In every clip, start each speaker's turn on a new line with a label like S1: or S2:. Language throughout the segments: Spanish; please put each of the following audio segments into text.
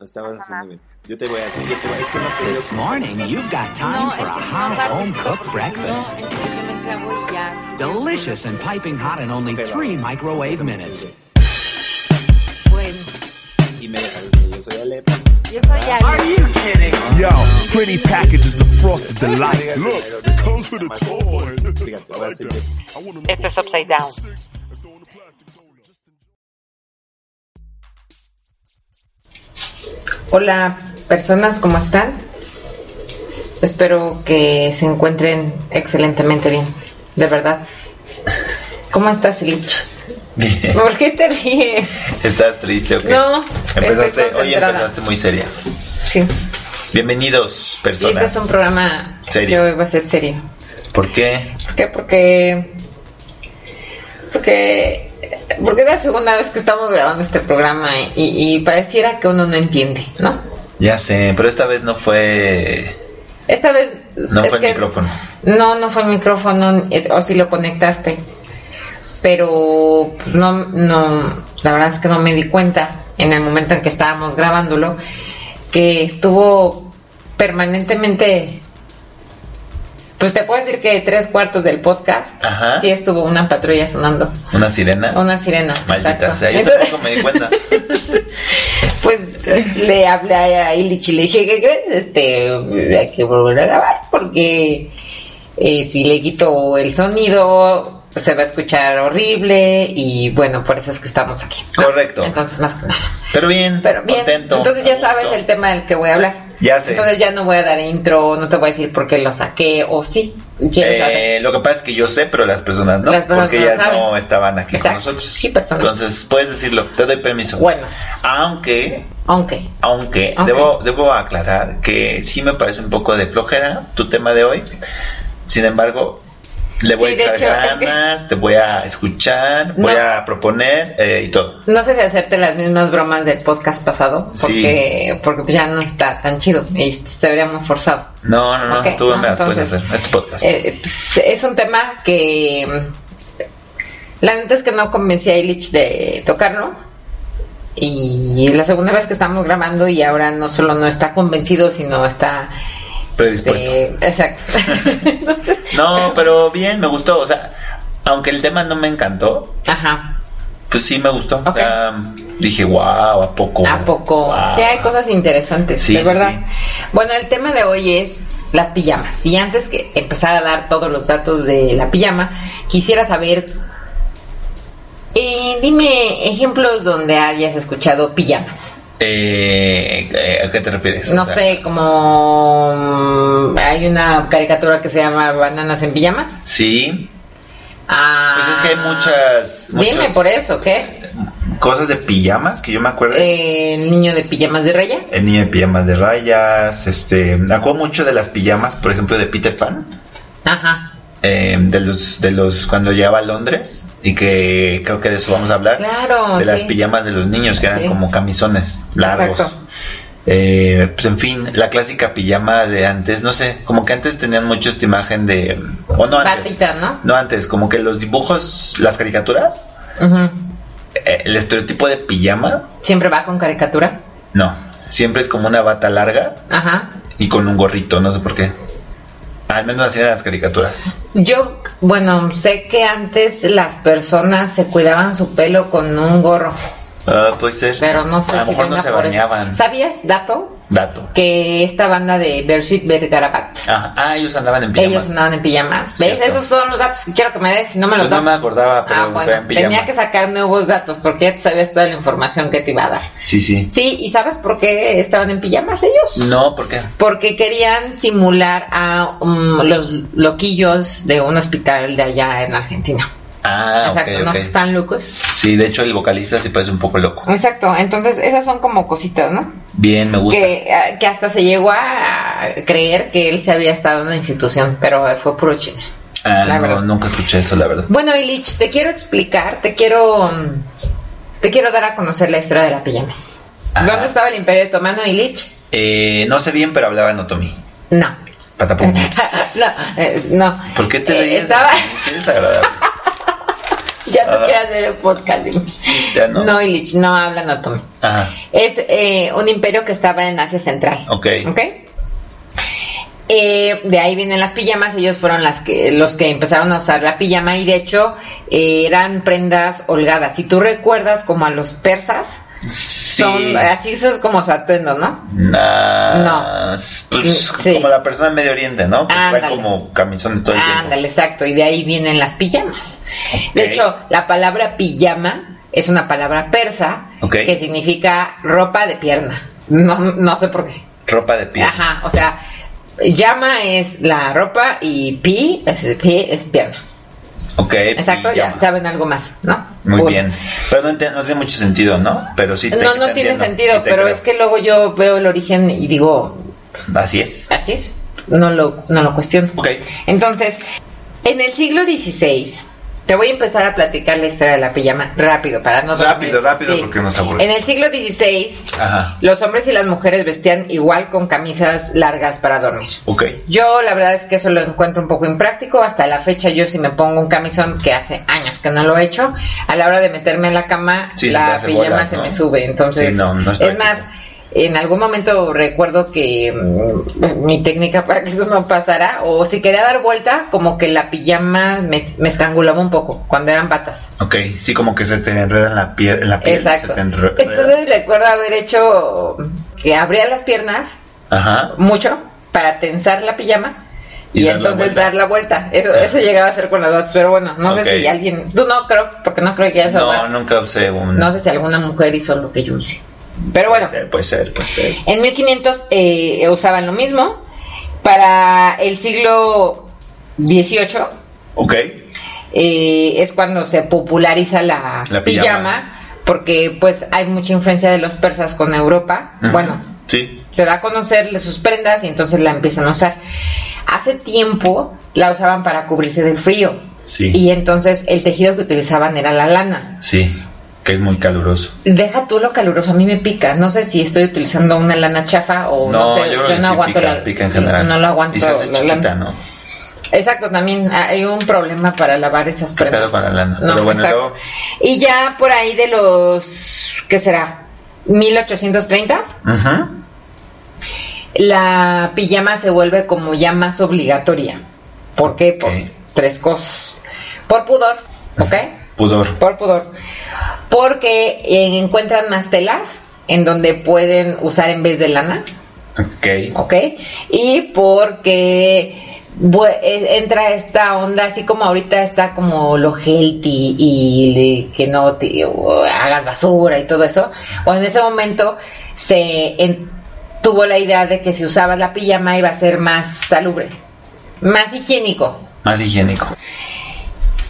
S1: Lo estabas haciendo bien. Yo te voy a decir, yo te voy a es que no te
S2: This morning, you've got time
S3: No,
S2: for
S3: es
S2: a
S3: que si no
S2: hot
S3: participo,
S2: home cooked
S3: porque si no,
S2: breakfast.
S3: entonces yo me clavo y ya. estoy
S2: Delicious and piping hot in only
S1: Pero-
S2: three microwave minutes.
S3: desesperada. Bueno,
S1: Y me dejaron, yo soy Alepa.
S3: yo soy Ale.
S4: Yo, pretty packages of frosted delight.
S1: Look, it comes with a toy. Fíjate, voy a decir que
S5: Esto es Upside Down.
S6: Hola personas, ¿cómo están? Espero que se encuentren excelentemente bien, de verdad. ¿Cómo estás, Lich? ¿Por qué te ríes?
S7: ¿Estás triste o qué?
S6: No,
S7: Empezaste,
S6: estoy
S7: hoy
S6: concentrada.
S7: empezaste muy seria.
S6: Sí,
S7: Bienvenidos,
S6: y este es un
S7: personas.
S6: programa
S7: Serio.
S6: que hoy va a ser serio.
S7: ¿Por qué?
S6: ¿Por qué? Porque... Porque... Porque es la segunda vez que estamos grabando este programa y, y pareciera que uno no entiende, ¿no?
S7: Ya sé, pero esta vez no fue.
S6: Esta vez...
S7: No
S6: es
S7: fue el
S6: que-
S7: micrófono.
S6: No, no fue el micrófono, eh, o si lo conectaste. Pero pues, no, no, la verdad es que no me di cuenta en el momento en que estábamos grabándolo que estuvo permanentemente. Pues te puedo decir que tres cuartos del podcast
S7: Ajá.
S6: sí estuvo una patrulla sonando,
S7: ¿Una sirena?
S6: una sirena.
S7: Maldita
S6: exacto.
S7: sea, yo
S6: Entonces-
S7: tampoco me di cuenta.
S6: pues le hablé a Illich y le dije, ¿qué crees? Este, hay que volver a grabar porque eh, si le quito el sonido se va a escuchar horrible y bueno, por eso es que estamos aquí.
S7: Correcto.
S6: Entonces, más que nada.
S7: Pero bien,
S6: Pero bien,
S7: contento.
S6: entonces ya
S7: a gusto.
S6: sabes el tema del que voy a hablar.
S7: Ya sé.
S6: Entonces ya no voy a dar intro, no te voy a decir por qué lo saqué o sí. ¿Quieres saber?
S7: Eh, lo que pasa es que yo sé, pero las personas no,
S6: Las personas
S7: porque
S6: no
S7: ellas
S6: saben.
S7: no estaban aquí
S6: Exacto.
S7: con nosotros.
S6: Sí, personas.
S7: Entonces, puedes decirlo, te doy permiso.
S6: Bueno,
S7: Aunque
S6: aunque.
S7: Aunque
S6: Ok.
S7: debo, debo aclarar que sí me parece un poco de flojera tu tema de hoy. Sin embargo, le voy
S6: Sí, de
S7: a echar
S6: hecho, es que-
S7: ganas, te voy a escuchar, voy
S6: No.
S7: a proponer eh, y todo.
S6: No sé si hacerte las mismas bromas del podcast pasado,
S7: Sí.
S6: porque, porque pues ya no está tan chido y se vería muy forzado.
S7: No, no, no,
S6: Ok,
S7: tú
S6: no,
S7: me las puedes
S6: entonces,
S7: hacer. Es tu podcast.
S6: Eh, pues, es un tema que mm, la neta es que no convencí a Illich de tocarlo y es la segunda vez que estamos grabando y ahora no solo no está convencido sino está
S7: predispuesto.
S6: eh, exacto Entonces,
S7: No, pero bien, me gustó. O sea, aunque el tema no me encantó,
S6: ajá
S7: pues sí me gustó.
S6: Ok.
S7: O sea, dije, wow, ¿a poco?
S6: a poco
S7: Guau".
S6: sí hay cosas interesantes
S7: Sí,
S6: de
S7: sí,
S6: verdad
S7: sí.
S6: bueno el tema de hoy es las pijamas y antes que empezar a dar todos los datos de la pijama quisiera saber eh, dime ejemplos donde hayas escuchado pijamas
S7: Eh, eh, ¿A qué te refieres?
S6: No
S7: O sea,
S6: sé, como mm, hay una caricatura que se llama Bananas en pijamas.
S7: Sí,
S6: Ah,
S7: Pues es que hay muchas-
S6: Dime
S7: muchas-
S6: por eso, ¿qué?
S7: cosas de pijamas que yo me acuerdo.
S6: Eh, el niño de pijamas de raya.
S7: El niño de pijamas de rayas, este, me acuerdo mucho de las pijamas, por ejemplo, de Peter Pan,
S6: Ajá.
S7: eh, de los, de los, cuando llegaba a Londres, y que creo que de eso vamos a hablar,
S6: Claro,
S7: de las
S6: sí.
S7: pijamas de los niños, que eran
S6: Sí.
S7: como camisones largos.
S6: Exacto.
S7: Eh, pues en fin, la clásica pijama de antes, no sé, como que antes tenían mucho esta imagen de, o no antes,
S6: Patita, ¿no?
S7: no antes, como que los dibujos, las caricaturas,
S6: Ujú.
S7: eh, el estereotipo de pijama,
S6: Siempre va con caricatura.
S7: no, siempre es como una bata larga,
S6: Ajá.
S7: y con un gorrito, no sé por qué. Al menos así eran las caricaturas.
S6: Yo, bueno, sé que antes las personas se cuidaban su pelo con un gorro,
S7: Ah, puede ser.
S6: pero no sé
S7: A lo
S6: si
S7: mejor no
S6: venga
S7: se
S6: por eso.
S7: bañaban.
S6: ¿Sabías, dato?
S7: Dato.
S6: Que esta banda de Bersuit Bergarabat
S7: Ah, ah, ellos andaban en pijamas.
S6: Ellos andaban en pijamas. ¿Ves?
S7: Cierto.
S6: Esos son los datos que quiero que me des, si no me los
S7: Pues
S6: das.
S7: no me acordaba, pero
S6: ah, bueno,
S7: eran pijamas.
S6: tenía que sacar nuevos datos porque ya te sabías toda la información que te iba a dar.
S7: Sí, sí.
S6: Sí, ¿y sabes por qué estaban en pijamas ellos?
S7: No, ¿por qué?
S6: Porque querían simular a um, los loquillos de un hospital de allá en Argentina.
S7: Ah, ok,
S6: Exacto, no
S7: ok.
S6: están locos.
S7: Sí, de hecho el vocalista se parece un poco loco.
S6: Exacto, entonces esas son como cositas, ¿no?
S7: Bien, me gusta.
S6: Que, ah, que hasta se llegó a creer que él se había estado en una institución, pero eh, fue puro chisme.
S7: Ah,
S6: la
S7: no,
S6: verdad.
S7: nunca escuché eso, la verdad.
S6: Bueno, Illich, te quiero explicar, te quiero mm, te quiero dar a conocer la historia de la pijama.
S7: Ajá.
S6: ¿Dónde estaba el Imperio Otomano, Illich?
S7: Eh, no sé bien, pero hablaba en otomí.
S6: No.
S7: Patapum.
S6: no, es- no.
S7: ¿Por qué te
S6: Eh,
S7: reías?
S6: Estaba,
S7: Qué desagradable.
S6: ya no
S7: Ah.
S6: quiero hacer el podcast. Illich.
S7: Ya no.
S6: No, Illich, no hablan otomí.
S7: Ajá,
S6: Es eh, un imperio que estaba en Asia Central.
S7: ok.
S6: ¿Ok? Eh, de ahí vienen las pijamas, ellos fueron las que, los que empezaron a usar la pijama y de hecho eh, eran prendas holgadas. Si tú recuerdas como a los persas,
S7: Sí.
S6: son eh, así eso es como su atuendo, ¿no?
S7: Nah,
S6: No.
S7: s- pues,
S6: Mm, sí.
S7: Como la persona en Medio Oriente, ¿no? Pues trae
S6: Ándale.
S7: como camisones todo el
S6: Ándale, exacto, y de ahí vienen las pijamas. De
S7: Ok.
S6: hecho, la palabra pijama es una palabra persa
S7: Ok.
S6: que significa ropa de pierna. No, no sé por qué.
S7: tiempo. Ropa de piel.
S6: Ajá, o sea, llama es la ropa y pi es, pi es pierna.
S7: Ok.
S6: Exacto, ya
S7: pijama.
S6: saben algo más, ¿no?
S7: Muy
S6: Uy.
S7: bien. Pero no, enti- no tiene mucho sentido, ¿no? Pero sí te
S6: No,
S7: te
S6: no tiene
S7: entiendo,
S6: sentido,
S7: sí te
S6: pero
S7: creo.
S6: es que luego yo veo el origen y digo,
S7: Así es.
S6: así es, no lo, no lo cuestiono.
S7: Ok.
S6: Entonces, en el siglo XVI, te voy a empezar a platicar la historia de la pijama rápido, para no...
S7: Rápido,
S6: dormir.
S7: rápido, porque nos aburres.
S6: En el siglo XVI,
S7: Ajá.
S6: los hombres y las mujeres vestían igual con camisas largas para dormir.
S7: Ok.
S6: Yo la verdad es que eso lo encuentro un poco impráctico. Hasta la fecha yo si me pongo un camisón que hace años que no lo he hecho, a la hora de meterme en la cama
S7: Sí, se te
S6: la
S7: hace
S6: pijama
S7: bolas,
S6: se
S7: ¿no?
S6: me sube. Entonces,
S7: Sí, no, no es
S6: es,
S7: práctico.
S6: más, en algún momento recuerdo que mm, mi técnica para que eso no pasara, o si quería dar vuelta, como que la pijama me, me estrangulaba un poco cuando eran patas.
S7: Ok. Sí, como que se te enreda en la piel. En la piel
S6: Exacto.
S7: Se te enre-
S6: Entonces recuerdo haber hecho que abría las piernas
S7: Ajá.
S6: mucho para tensar la pijama
S7: Y
S6: y,
S7: dar la
S6: entonces
S7: vuelta.
S6: dar la vuelta. Eso, eso llegaba a ser con las dots, pero bueno, no
S7: Ok.
S6: sé si alguien, tú no creo, porque no creo que haya sido
S7: No,
S6: mal.
S7: nunca usé un.
S6: No sé si alguna mujer hizo lo que yo hice. Pero bueno,
S7: Puede ser, puede ser, puede ser.
S6: en 1500 eh, usaban lo mismo. Para el siglo XVIII
S7: Ok.
S6: eh, es cuando se populariza la,
S7: La
S6: pijama.
S7: pijama.
S6: porque pues hay mucha influencia de los persas con Europa.
S7: Ujú.
S6: Bueno,
S7: Sí.
S6: se da a conocer sus prendas y entonces la empiezan a usar. Hace tiempo la usaban para cubrirse del frío
S7: Sí.
S6: y entonces el tejido que utilizaban era la lana.
S7: Sí. Que es muy caluroso.
S6: Deja tú lo caluroso, a mí me pica. No sé si estoy utilizando una lana chafa o no, sé,
S7: yo creo que sí
S6: aguanto
S7: pica,
S6: la
S7: pica en general.
S6: No lo aguanto.
S7: Y se hace
S6: la
S7: chiquita,
S6: lana.
S7: ¿no?
S6: Exacto, también hay un problema para lavar esas
S7: Qué
S6: prendas.
S7: pedo para la lana. Pero bueno,
S6: exacto.
S7: luego-
S6: Y ya por ahí de los, ¿qué será? 1830.
S7: Ajá.
S6: la pijama se vuelve como ya más obligatoria. ¿Por qué? Por
S7: Ok.
S6: tres cosas. Por pudor, ¿ok?
S7: Pudor.
S6: Por pudor. Porque eh, encuentran más telas en donde pueden usar en vez de lana,
S7: Ok.
S6: ¿ok? Y porque bu- eh, entra esta onda así como ahorita está como lo healthy y le- que no te o hagas basura y todo eso o en ese momento se en- tuvo la idea de que si usabas la pijama iba a ser más salubre más higiénico
S7: Más higiénico.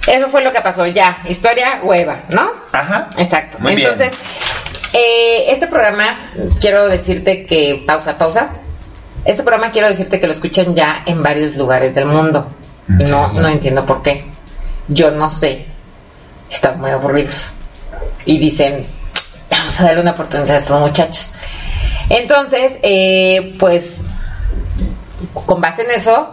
S6: eso fue lo que pasó ya historia hueva no
S7: Ajá.
S6: Exacto.
S7: Muy bien.
S6: Entonces, eh, este programa, quiero decirte que, pausa, pausa. Este programa quiero decirte que lo escuchan ya en varios lugares del mundo.
S7: Mm, Sí.
S6: No, no entiendo por qué. Yo no sé. Están muy aburridos. Y dicen, vamos a darle una oportunidad a estos muchachos. Entonces, eh, pues, con base en eso,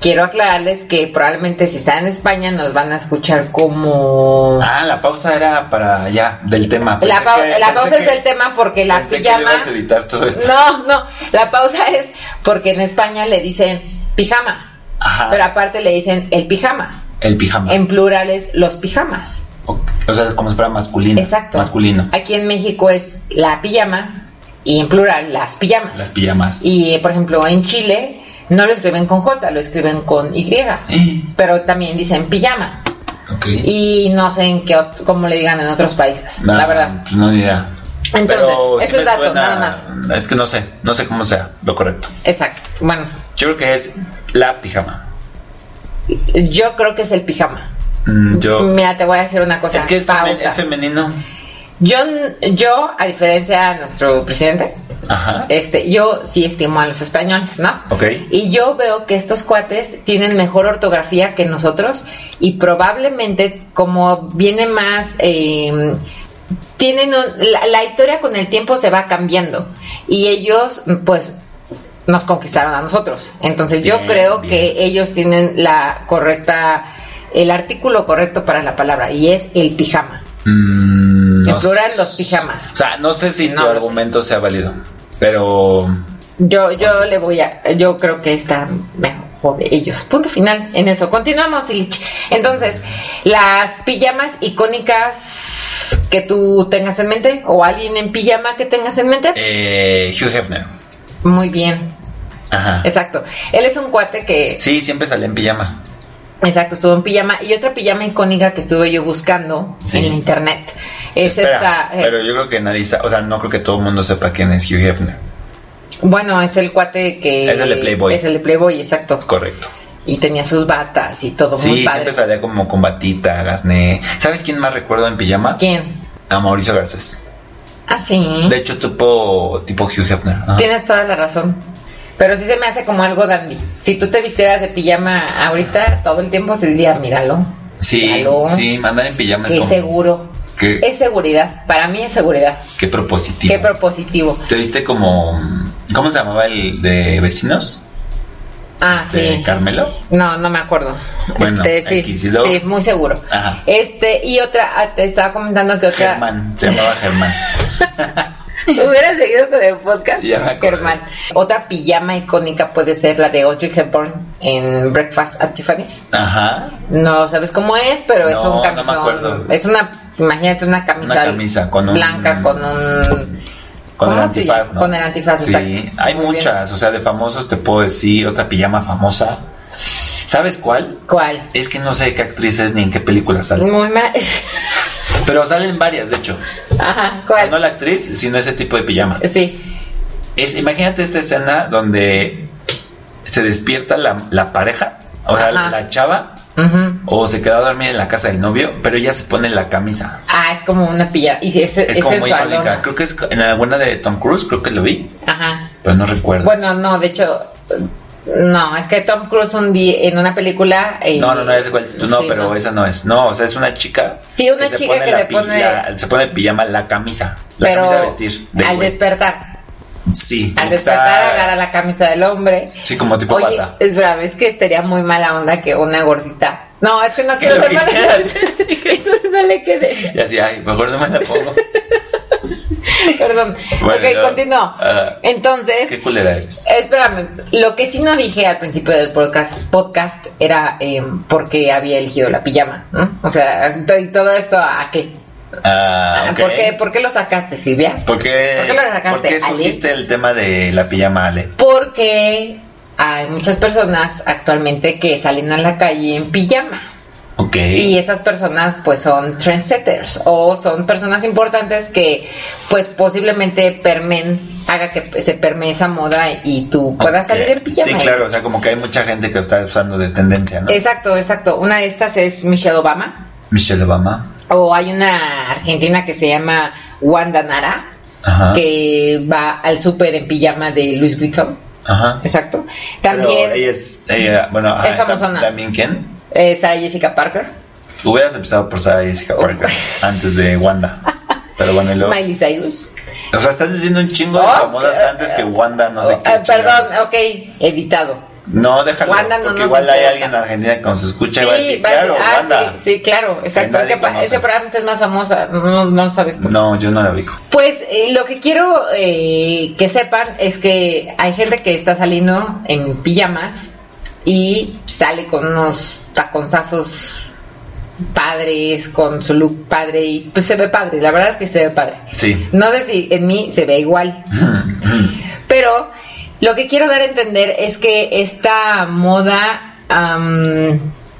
S6: quiero aclararles que probablemente si están en España nos van a escuchar como...
S7: Ah, la pausa era para ya, del tema.
S6: La,
S7: Pensé
S6: pau-
S7: que-
S6: la
S7: pensé
S6: pausa es
S7: que-
S6: del tema porque la
S7: pensé
S6: pijama.
S7: que ibas a editar todo esto.
S6: No, no. La pausa es porque en España le dicen pijama.
S7: Ajá.
S6: Pero em- aparte le dicen el pijama.
S7: El pijama.
S6: En plural es los pijamas.
S7: Ok. O sea, como si fuera masculino.
S6: Exacto.
S7: Masculino.
S6: Aquí en México es la pijama y en plural las pijamas.
S7: Las pijamas.
S6: Y eh, por ejemplo en Chile no lo escriben con J, lo escriben con Y.
S7: Eh,
S6: Pero también dicen pijama.
S7: ok.
S6: Y no sé en qué, ot- cómo le digan en otros países.
S7: No,
S6: la verdad.
S7: pues no, ni idea.
S6: Entonces,
S7: Pero sí
S6: esto es
S7: me
S6: dato,
S7: suena-
S6: nada
S7: Es que no sé, no sé cómo sea lo correcto.
S6: Exacto. Bueno,
S7: Yo creo que es la pijama.
S6: Yo creo que es el pijama.
S7: Mm, yo.
S6: Mira, te voy a decir una cosa.
S7: Es que es, femen-
S6: pausa.
S7: es femenino.
S6: Yo, yo, a diferencia de nuestro presidente,
S7: Ajá.
S6: este, yo sí estimo a los españoles, ¿no?
S7: Ok.
S6: Y yo veo que estos cuates tienen mejor ortografía que nosotros y probablemente como viene más... eh, tienen un- la, la historia con el tiempo se va cambiando y ellos pues nos conquistaron a nosotros. Entonces yo
S7: Bien,
S6: creo
S7: bien.
S6: que ellos tienen la correcta, el artículo correcto para la palabra y es el pijama.
S7: Mm,
S6: En
S7: no
S6: plural,
S7: s-
S6: los pijamas.
S7: O sea, no sé si
S6: No
S7: tu
S6: lo sé.
S7: argumento sea válido, pero
S6: Yo, yo le voy a, yo creo que está mejor ellos. Punto final en eso. Continuamos, Illich. Entonces, las pijamas icónicas que tú tengas en mente o alguien en pijama que tengas en mente.
S7: eh, Hugh Hefner.
S6: Muy bien,
S7: Ajá.
S6: exacto. Él es un cuate que,
S7: Sí, siempre salía en pijama.
S6: exacto, estuvo en pijama y otra pijama icónica que estuve yo buscando
S7: Sí.
S6: en la internet es
S7: Espera,
S6: esta. eh,
S7: Pero yo creo que nadie sabe, o sea, no creo que todo el mundo sepa quién es Hugh Hefner.
S6: Bueno, es el cuate que
S7: Es el de Playboy.
S6: Es el de Playboy, exacto.
S7: Correcto.
S6: Y tenía sus batas y todo muy
S7: Sí,
S6: padre.
S7: siempre salía como con batita, gasné. ¿Sabes quién más recuerdo en pijama?
S6: ¿Quién?
S7: A Mauricio Garcés.
S6: Ah, sí.
S7: De hecho, tipo, tipo Hugh Hefner. Ajá.
S6: Tienes toda la razón. Pero sí se me hace como algo dandy. Si tú te vistieras de pijama ahorita, todo el tiempo se diría, míralo.
S7: Sí,
S6: Míralo.
S7: sí, mandar en pijama es
S6: Qué
S7: como-
S6: seguro.
S7: Qué,
S6: Es seguridad. Para mí es seguridad.
S7: qué propositivo.
S6: Qué propositivo.
S7: ¿Te viste como... ¿Cómo se llamaba el de vecinos?
S6: Ah,
S7: ¿De
S6: sí.
S7: Carmelo?
S6: No, no me acuerdo.
S7: Bueno,
S6: este, sí.
S7: aquí sí lo-
S6: Sí, muy seguro.
S7: Ajá.
S6: Este, y otra, ah, te estaba comentando que otra.
S7: Germán, se llamaba Germán.
S6: Hubiera seguido con el podcast.
S7: Ya me acordé.
S6: Germán. Otra pijama icónica puede ser la de Audrey Hepburn en Breakfast at Tiffany's.
S7: Ajá.
S6: No sabes cómo es, pero es
S7: No,
S6: un
S7: no
S6: camisón.
S7: me acuerdo.
S6: Es una, imagínate una camisa,
S7: Una camisa con un-
S6: blanca con un
S7: Con el
S6: ¿Cómo se
S7: antifaz,
S6: llama?
S7: ¿no?
S6: Ah, Con el antifaz,
S7: sí.
S6: exacto.
S7: Hay
S6: Muy
S7: muchas, o sea, de famosos te puedo decir, otra pijama famosa. ¿Sabes cuál?
S6: ¿Cuál?
S7: Es que no sé qué actriz es ni en qué película sale.
S6: Muy mal.
S7: Pero salen varias, de hecho.
S6: Ajá,
S7: O sea,
S6: ¿cuál?
S7: no la actriz, sino ese tipo de pijama.
S6: Sí.
S7: Es, imagínate esta escena donde se despierta la, la pareja, o sea,
S6: Ajá.
S7: la chava,
S6: Ujú.
S7: o se queda a dormir en la casa del novio, pero ella se pone la camisa.
S6: Ah, es como una pilla. Y sí, es,
S7: Es, como muy
S6: sensual, ¿no?
S7: icónica. Creo que es en alguna de Tom Cruise, creo que lo vi,
S6: Ajá.
S7: pero no recuerdo.
S6: Bueno, no, de hecho, no, es que Tom Cruise un día en una película. eh,
S7: No, no, no es igual. Tú no,
S6: sí,
S7: pero esa no es. No, o sea, es una chica.
S6: Sí, una
S7: se
S6: chica que
S7: la
S6: le
S7: pi-
S6: pone-
S7: la- se pone pijama la camisa. La
S6: pero
S7: camisa de vestir. de
S6: al
S7: güey.
S6: despertar,
S7: Sí.
S6: al
S7: como que
S6: despertar
S7: está-
S6: agarra la camisa del hombre.
S7: Sí, como tipo
S6: Oye,
S7: pata.
S6: es grave, es que estaría muy mala onda que una gordita. No, es que no quiero
S7: lo
S6: ser mala
S7: quisieras.
S6: Entonces no le quede.
S7: Y así, ay, mejor no me la pongo.
S6: Perdón.
S7: Bueno,
S6: ok,
S7: ya.
S6: continúo.
S7: Ah.
S6: Entonces,
S7: Qué culera eres.
S6: espérame. Lo que sí no dije al principio del podcast, podcast era eh, por qué había elegido la pijama. ¿no? O sea, esto- y todo esto a qué.
S7: Ah, ok.
S6: ¿Por, qué ¿Por qué lo sacaste, Silvia?
S7: ¿Por qué,
S6: ¿Por qué lo sacaste,
S7: por qué escogiste el tema de la pijama, Ale?
S6: Porque hay muchas personas actualmente que salen a la calle en pijama.
S7: Ok.
S6: Y esas personas pues son trendsetters o son personas importantes que pues posiblemente permen, haga que se permee esa moda y tú puedas
S7: Ok.
S6: salir en pijama.
S7: Sí, claro, o sea, como que hay mucha gente que está usando de tendencia, ¿no?
S6: Exacto, exacto. Una de estas es Michelle Obama
S7: Michelle Obama.
S6: o hay una argentina que se llama Wanda Nara
S7: Ajá.
S6: que va al súper en pijama de Luis Vuitton.
S7: Ajá.
S6: Exacto.
S7: Pero
S6: También
S7: ella es. ella- bueno, ajá,
S6: Es famosona.
S7: ¿También quién?
S6: eh, Sarah Jessica Parker,
S7: Hubieras empezado por Sarah Jessica Parker antes de Wanda. Pero bueno, y luego.
S6: Miley Cyrus.
S7: O sea, estás diciendo un chingo de
S6: Oh,
S7: famosas
S6: eh,
S7: antes que Wanda, no sé qué.
S6: Eh, perdón,
S7: chingados.
S6: ok, editado.
S7: No, déjalo.
S6: Wanda no
S7: porque
S6: nos
S7: igual hay
S6: interesa.
S7: alguien en Argentina que nos escucha y
S6: Sí,
S7: va a decir,
S6: va a decir,
S7: claro,
S6: ah,
S7: Wanda.
S6: sí, sí, claro, exacto. Es
S7: nadie
S6: que, pa-
S7: conoce.
S6: es que probablemente es más famosa, no, no lo sabes tú.
S7: No, yo no la ubico.
S6: Pues eh, lo que quiero eh, que sepan es que hay gente que está saliendo en pijamas y sale con unos taconzazos padres, con su look padre y pues se ve padre, la verdad es que se ve padre.
S7: Sí.
S6: No sé si en mí se ve igual, pero lo que quiero dar a entender es que esta moda am,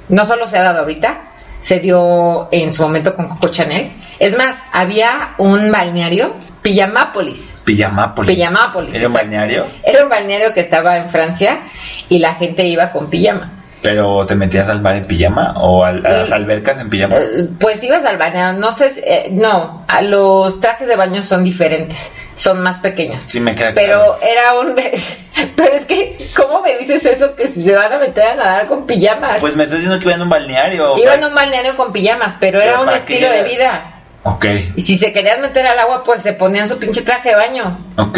S6: no solo se ha dado ahorita, se dio en su momento con Coco Chanel. Es más, había un balneario, Pijamápolis.
S7: Pijamápolis.
S6: Pijamápolis.
S7: ¿Era un
S6: exacto.
S7: balneario?
S6: Era un balneario que estaba en Francia y la gente iba con pijama.
S7: Pero te metías al mar en pijama o al- a las albercas en pijama.
S6: Eh, Pues ibas al baño, no sé, si- eh, no, a los trajes de baño son diferentes, son más pequeños.
S7: Sí, me queda claro.
S6: Pero era un... Pero es que, ¿cómo me dices eso? Que si se van a meter a nadar con pijamas.
S7: Pues me estás diciendo que iba en un balneario.
S6: Iban a un balneario con pijamas, pero era
S7: Pero
S6: un
S7: para
S6: estilo de
S7: que-
S6: vida.
S7: Ok,
S6: Y si se querían meter al agua, pues se ponían su pinche traje de baño.
S7: ok.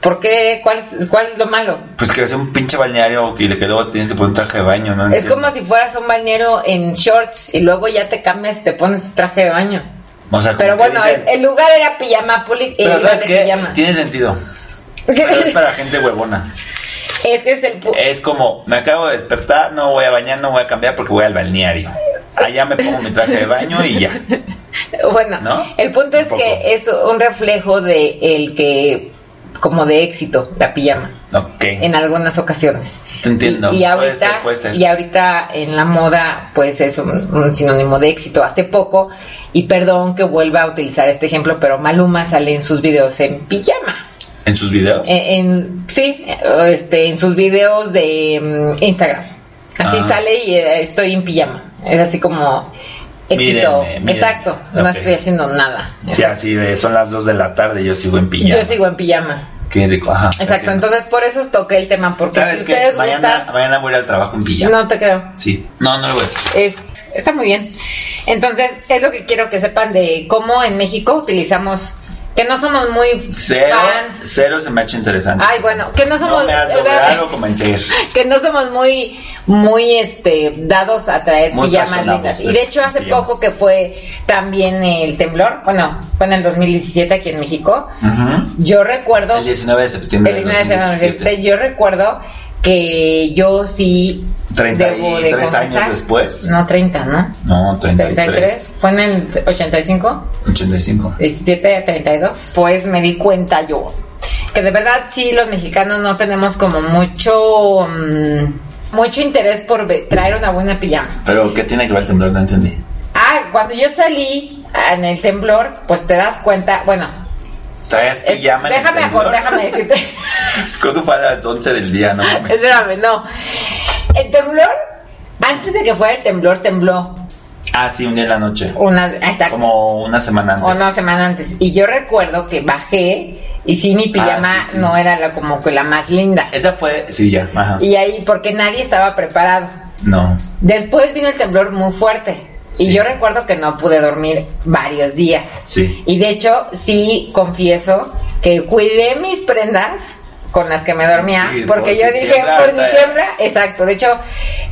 S6: ¿Por qué? ¿Cuál es, cuál es lo malo?
S7: Pues que es un pinche balneario y de que luego tienes que poner un traje de baño, ¿no?
S6: Es como si fueras a un balneario en shorts y luego ya te cambias y te pones tu traje de baño.
S7: O sea, como
S6: Pero
S7: que
S6: bueno,
S7: dicen-
S6: el, el lugar era Pijamápolis y
S7: Pero
S6: iban
S7: ¿sabes
S6: de
S7: qué?
S6: pijama.
S7: Tiene sentido. Pero es para Eh, gente huevona.
S6: Ese es el... pu-
S7: Es como, me acabo de despertar, no voy a bañar, no voy a cambiar porque voy al balneario. Allá me pongo mi traje de baño y ya.
S6: Bueno,
S7: ¿No?
S6: el punto es
S7: Un poco.
S6: que es un reflejo de el que como de éxito la pijama
S7: Ok.
S6: en algunas ocasiones.
S7: Te entiendo.
S6: Y, y
S7: Puede
S6: ahorita
S7: ser, puede ser.
S6: y ahorita en la moda pues es un, un sinónimo de éxito. Hace poco y perdón que vuelva a utilizar este ejemplo, pero Maluma sale en sus videos en pijama.
S7: ¿En sus videos?
S6: En, en- sí, este en sus videos de mm, Instagram. Así
S7: Ah.
S6: sale y eh, estoy en pijama. Es así como éxito.
S7: Mírenme, mírenme.
S6: Exacto, no
S7: Ok.
S6: estoy haciendo nada.
S7: Sí, así de, son las 2 de la tarde y yo sigo en pijama.
S6: Yo sigo en pijama.
S7: Qué rico, ajá.
S6: Exacto,
S7: entiendo.
S6: entonces por eso os toqué el tema, porque
S7: ¿Sabes
S6: si
S7: qué?
S6: ustedes
S7: mañana,
S6: gustan,
S7: mañana voy a ir al trabajo en pijama.
S6: no te creo.
S7: Sí. No, no lo voy a decir.
S6: Es, está muy bien. Entonces, es lo que quiero que sepan de cómo en México utilizamos, que no somos muy
S7: Cero,
S6: fans.
S7: cero se me ha hecho interesante.
S6: Ay, bueno, que no somos
S7: No me has logrado convencer.
S6: que no somos muy muy este dados a traer
S7: Muy
S6: pijamas
S7: razonables,
S6: lindas.
S7: sí,
S6: Y de hecho hace
S7: pijamas.
S6: poco que fue también el temblor, bueno, fue en el 2017 aquí en México.
S7: Ujú.
S6: Yo recuerdo
S7: El 19 de septiembre
S6: el
S7: del
S6: 19 de septiembre.
S7: 2017.
S6: Yo recuerdo que yo sí
S7: 33 años
S6: confesar-
S7: después.
S6: No, 30, ¿no?
S7: No, 33.
S6: 33. Fue en el 85.
S7: 85.
S6: 17 a 32, pues me di cuenta yo que de verdad sí los mexicanos no tenemos como mucho mm, mucho interés por ve- traer una buena pijama.
S7: Pero, ¿qué tiene que ver el temblor? No entendí.
S6: Ah, cuando yo salí en el temblor, pues te das cuenta, bueno,
S7: ¿Traes
S6: es-
S7: pijama en el
S6: déjame acor-
S7: temblor?
S6: déjame decirte.
S7: Creo que fue a las 11 del día, no mames.
S6: Espérame, no. El temblor antes de que fuera el temblor tembló
S7: Ah, sí, un día en la noche.
S6: una exacto.
S7: Como una semana
S6: o
S7: antes.
S6: una semana antes. Y yo recuerdo que bajé y sí, mi pijama
S7: Ah, sí, sí.
S6: no era la, como que la más linda.
S7: Esa fue, sí, ya, ajá.
S6: Y ahí, porque nadie estaba preparado.
S7: No.
S6: Después vino el temblor muy fuerte.
S7: Sí.
S6: Y yo recuerdo que no pude dormir varios días.
S7: Sí.
S6: Y de hecho, sí confieso que cuidé mis prendas con las que me dormía.
S7: Sí, por
S6: porque yo
S7: si
S6: dije,
S7: tiembla, eh".
S6: por si
S7: hasta-
S6: tiembla, exacto. De hecho,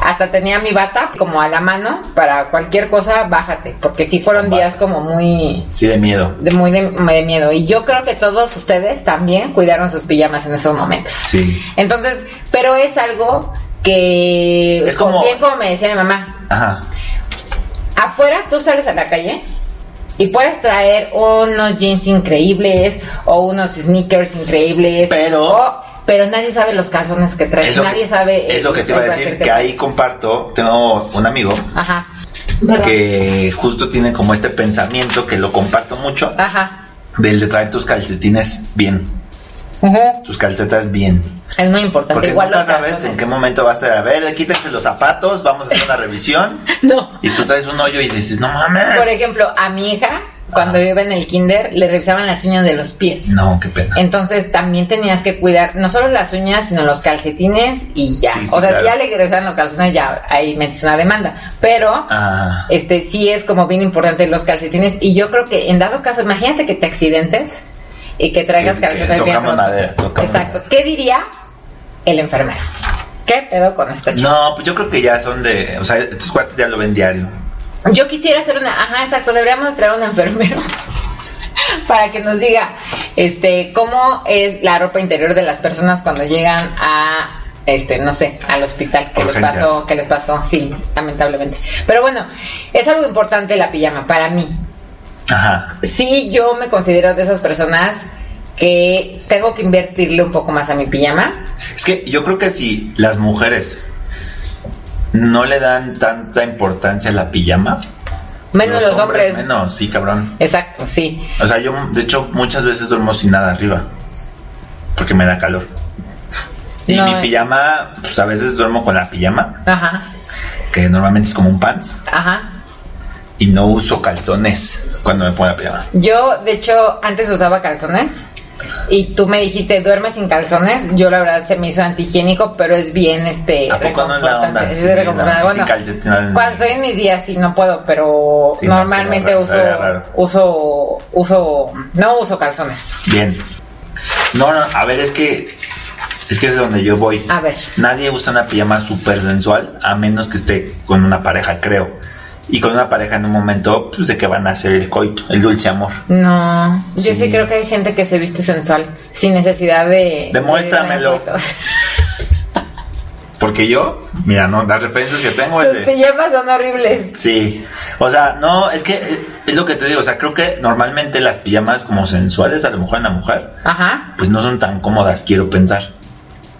S6: hasta tenía mi bata como a la mano para cualquier cosa, bájate. Porque sí fueron
S7: Bata.
S6: días como muy
S7: Sí, de miedo.
S6: de muy de, de miedo. Y yo creo que todos ustedes también cuidaron sus pijamas en esos momentos.
S7: Sí.
S6: Entonces, pero es algo que
S7: Es como-
S6: bien como me decía mi mamá,
S7: Ajá.
S6: afuera tú sales a la calle y puedes traer unos jeans increíbles o unos sneakers increíbles,
S7: Pero-
S6: o- pero nadie sabe los calzones que traes,
S7: lo
S6: nadie
S7: que-
S6: sabe eh,
S7: Es lo que te iba a
S6: el
S7: decir,
S6: brasier que
S7: que ahí
S6: traes.
S7: comparto. Tengo un amigo
S6: Ajá,
S7: que justo tiene como este pensamiento que lo comparto mucho:
S6: ajá.
S7: del de traer tus calcetines bien,
S6: Ujú.
S7: tus calcetas bien.
S6: Es muy importante.
S7: Porque
S6: Igual
S7: nunca
S6: los
S7: sabes en
S6: calzones.
S7: qué momento va a ser. A ver, quítense los zapatos, vamos a hacer una revisión.
S6: No.
S7: Y tú traes un hoyo y dices, no mames.
S6: Por ejemplo, a mi hija, cuando
S7: Ajá.
S6: iba en el kinder, le revisaban las uñas de los pies.
S7: No, qué pena.
S6: Entonces también tenías que cuidar no solo las uñas, sino los calcetines y ya.
S7: Sí, sí,
S6: o sea,
S7: claro.
S6: si ya le regresan los calcetines, ya ahí metes una demanda. Pero
S7: Ah,
S6: este sí es como bien importante los calcetines. Y yo creo que en dado caso, imagínate que te accidentes y que traigas
S7: Que- que
S6: calcetines bien
S7: tocamos
S6: rotos.
S7: madera, tocamos
S6: Exacto.
S7: madera.
S6: ¿Qué diría el enfermero? ¿Qué pedo con esta chica?
S7: no, pues yo creo que ya son de. O sea, estos cuates ya lo ven diario.
S6: Yo quisiera hacer una, ajá, exacto, deberíamos traer un enfermero para que nos diga este cómo es la ropa interior de las personas cuando llegan a este, no sé, al hospital que les
S7: Urgencias.
S6: pasó, que les pasó, sí, lamentablemente. Pero bueno, es algo importante la pijama para mí.
S7: Ajá.
S6: Sí, yo me considero de esas personas que tengo que invertirle un poco más a mi pijama.
S7: Es que yo creo que si las mujeres no le dan tanta importancia a la pijama,
S6: Menos los, hombres.
S7: Menos, sí, cabrón.
S6: Exacto, sí.
S7: O sea, yo de hecho muchas veces duermo sin nada arriba porque me da calor. Y
S6: No,
S7: mi
S6: eh.
S7: pijama, pues a veces duermo con la pijama.
S6: Ajá.
S7: que normalmente es como un pants,
S6: Ajá.
S7: y no uso calzones cuando me pongo la pijama.
S6: Yo, de hecho, antes usaba calzones. Y tú me dijiste, duerme sin calzones. Yo, la verdad, se me hizo antihigiénico, pero es bien, este.
S7: ¿A poco no es la onda?
S6: reconfortante, es
S7: Sí,
S6: reconfortante.
S7: no,
S6: Bueno,
S7: sin calcetines.
S6: cuando estoy en mis días, sí, no puedo, pero
S7: Sí, no,
S6: normalmente
S7: sí, no,
S6: uso,
S7: era raro.
S6: uso, uso, no uso calzones.
S7: Bien. No, no, a ver, es que es que es donde yo voy.
S6: A ver.
S7: Nadie usa una pijama súper sensual a menos que esté con una pareja, creo. Y con una pareja en un momento, pues de que van a hacer el coito, el dulce amor.
S6: No, yo sí
S7: Sí.
S6: creo que hay gente que se viste sensual, sin necesidad de.
S7: Demuéstramelo.
S6: de-
S7: Porque yo, mira, no, las referencias que tengo es
S6: Tus
S7: de.
S6: pijamas son horribles.
S7: Sí, o sea, no, es que eh, es lo que te digo, o sea, creo que normalmente las pijamas como sensuales, a lo mejor en la mujer,
S6: Ajá,
S7: pues no son tan cómodas, quiero pensar.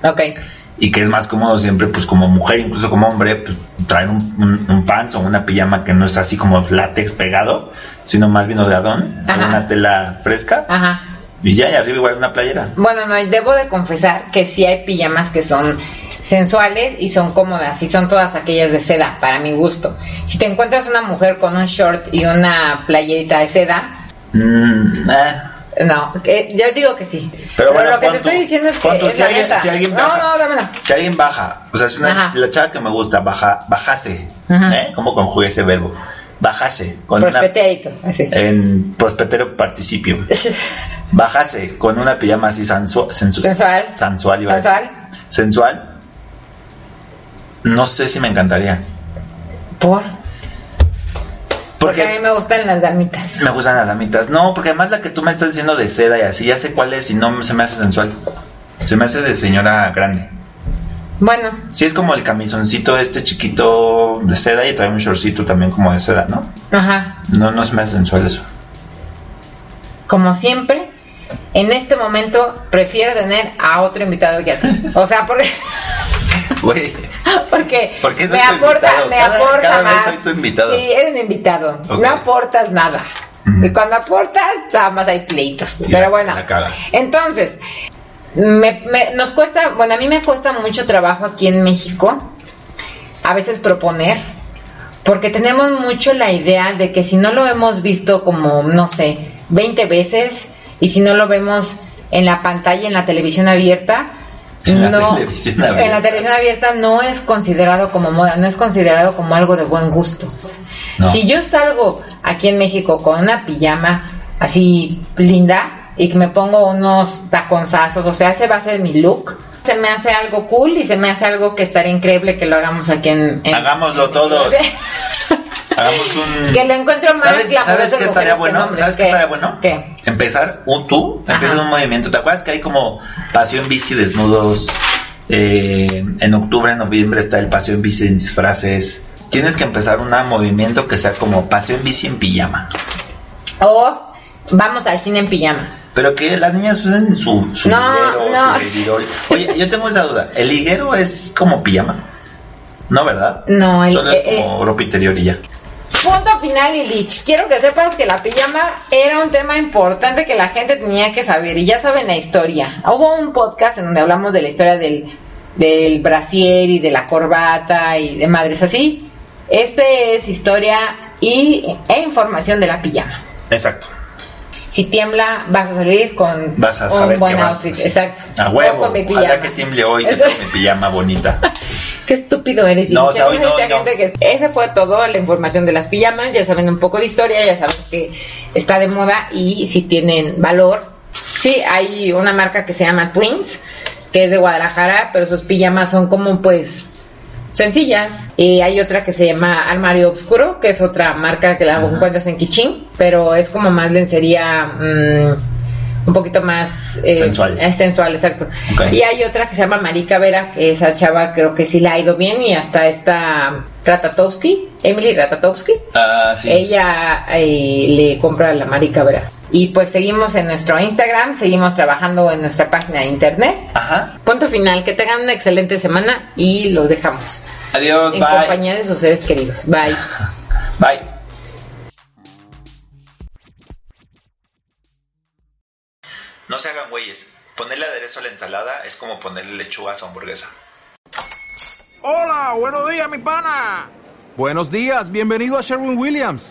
S6: ok.
S7: y que es más cómodo siempre, pues como mujer, incluso como hombre, pues, traer un, un, un pants o una pijama que no es así como látex pegado, sino más bien holgadón,
S6: Ajá.
S7: una tela fresca,
S6: Ajá.
S7: y ya, y arriba igual una playera.
S6: Bueno, no, y debo de confesar que sí hay pijamas que son sensuales y son cómodas y son todas aquellas de seda, para mi gusto. Si te encuentras una mujer con un short y una playerita de seda,
S7: Mm, eh,
S6: no, que- yo digo que sí.
S7: Pero bueno,
S6: lo que te
S7: pon tú,
S6: estoy diciendo es que
S7: pon tú,
S6: es
S7: si
S6: la
S7: alguien-
S6: neta.
S7: si alguien
S6: no,
S7: baja.
S6: no, dámela.
S7: Si alguien baja, o sea, si, una-
S6: Ajá.
S7: si la chava que me gusta baja, bajase,
S6: Ajá.
S7: ¿eh? ¿Cómo conjugué ese verbo? Bajase con una- Eh,
S6: Prospeteito, así.
S7: en prospetero participio. Bajase con una pijama así sensual.
S6: Sensual.
S7: Sensual, iba a decir.
S6: Sensual.
S7: sensual. No sé si me encantaría.
S6: ¿Por? Porque a mí
S7: Porque
S6: me gustan las damitas.
S7: me gustan las damitas. No, porque además la que tú me estás diciendo de seda y así, ya sé cuál es y no se me hace sensual. Se me hace de señora grande.
S6: Bueno,
S7: Sí, es como el camisoncito este chiquito de seda y trae un shortcito también como de seda, ¿no?
S6: ajá.
S7: No, no se me hace sensual eso.
S6: Como siempre, en este momento prefiero tener a otro invitado que a ti. O sea, porque...
S7: Güey,
S6: Porque,
S7: Porque soy
S6: me
S7: tu
S6: aporta,
S7: invitado.
S6: me
S7: Cada-
S6: aporta
S7: cada vez
S6: más.
S7: soy tu invitado.
S6: Sí, eres mi invitado.
S7: Ok.
S6: No aportas nada.
S7: Ujú.
S6: Y cuando aportas, nada más hay pleitos.
S7: Y
S6: Pero
S7: la-
S6: bueno.
S7: la cagas.
S6: Entonces, me- me- nos cuesta, bueno, a mí me cuesta mucho trabajo aquí en México, a veces proponer, porque tenemos mucho la idea de que si no lo hemos visto como, no sé, 20 veces, y si no lo vemos en la pantalla, en la televisión abierta,
S7: En la
S6: no,
S7: televisión
S6: en la
S7: abierta.
S6: televisión abierta no es considerado como moda, no es considerado como algo de buen gusto.
S7: No.
S6: Si yo salgo aquí en México con una pijama así linda y que me pongo unos taconzazos, o sea, ese va a ser mi look, se me hace algo cool y se me hace algo que estaría increíble que lo hagamos aquí en... en-
S7: hagámoslo todos. Hagamos un.
S6: que lo encuentro más
S7: ¿Sabes,
S6: glamoroso
S7: ¿sabes
S6: en
S7: qué
S6: mujeres
S7: estaría
S6: que en
S7: bueno?
S6: hombres.
S7: ¿Sabes qué
S6: ¿Qué?
S7: estaría bueno?
S6: ¿Qué?
S7: Empezar un tú,
S6: Ajá.
S7: empiezas un movimiento. ¿Te acuerdas que hay como paseo en bici desnudos? Eh, en octubre, en noviembre está el paseo en bici en disfraces. Tienes que empezar un movimiento que sea como paseo en bici en pijama.
S6: O vamos al cine en pijama.
S7: Pero que las niñas usen su, su
S6: No,
S7: liguero,
S6: no.
S7: su baby doll. Oye, yo tengo esa duda. ¿El liguero es como pijama? ¿No, verdad?
S6: No, el-
S7: Solo es
S6: eh,
S7: como ropa interior y ya.
S6: Punto final, Ilich. Quiero que sepas que la pijama era un tema importante que la gente tenía que saber. Y ya saben la historia. Hubo un podcast en donde hablamos de la historia del, del brasier y de la corbata y de madres así. Este es historia y, e información de la pijama.
S7: Exacto.
S6: Si tiembla, vas a salir con
S7: Vas a saber
S6: un buen
S7: que vas,
S6: outfit.
S7: sí.
S6: Oh, Exacto.
S7: A
S6: O
S7: huevo.
S6: con mi
S7: Ojalá
S6: pijama.
S7: que tiemble hoy, que
S6: Eso-
S7: tengo mi pijama bonita.
S6: Qué estúpido eres. Jimmy.
S7: No, o sea, hoy
S6: Seguro
S7: no,
S6: hay
S7: no.
S6: gente que- Esa fue todo la información de las pijamas. Ya saben un poco de historia, ya saben que está de moda y si tienen valor. Sí, hay una marca que se llama Twins, que es de Guadalajara, pero sus pijamas son como pues sencillas. Y hay otra que se llama Armario Obscuro, que es otra marca que la
S7: Ajá.
S6: encuentras en Kichín, pero es como más lencería. mm, un poquito más eh,
S7: Sensual.
S6: eh, sensual, exacto.
S7: Ok.
S6: Y hay otra que se llama Marica Vera, que esa chava creo que sí la ha ido bien y hasta esta um, Ratatowski, Emily Ratatowski,
S7: Ah, sí.
S6: ella eh, le compra la Marica Vera. Y pues seguimos en nuestro Instagram, seguimos trabajando en nuestra página de internet.
S7: Ajá.
S6: Punto final, que tengan una excelente semana y los dejamos
S7: Adiós,
S6: en
S7: bye.
S6: compañía de sus seres queridos. Bye.
S7: Bye. No se hagan güeyes. Ponerle aderezo a la ensalada es como ponerle lechuga a su hamburguesa.
S4: Hola, buenos días, mi pana.
S5: Buenos días, bienvenido a Sherwin Williams.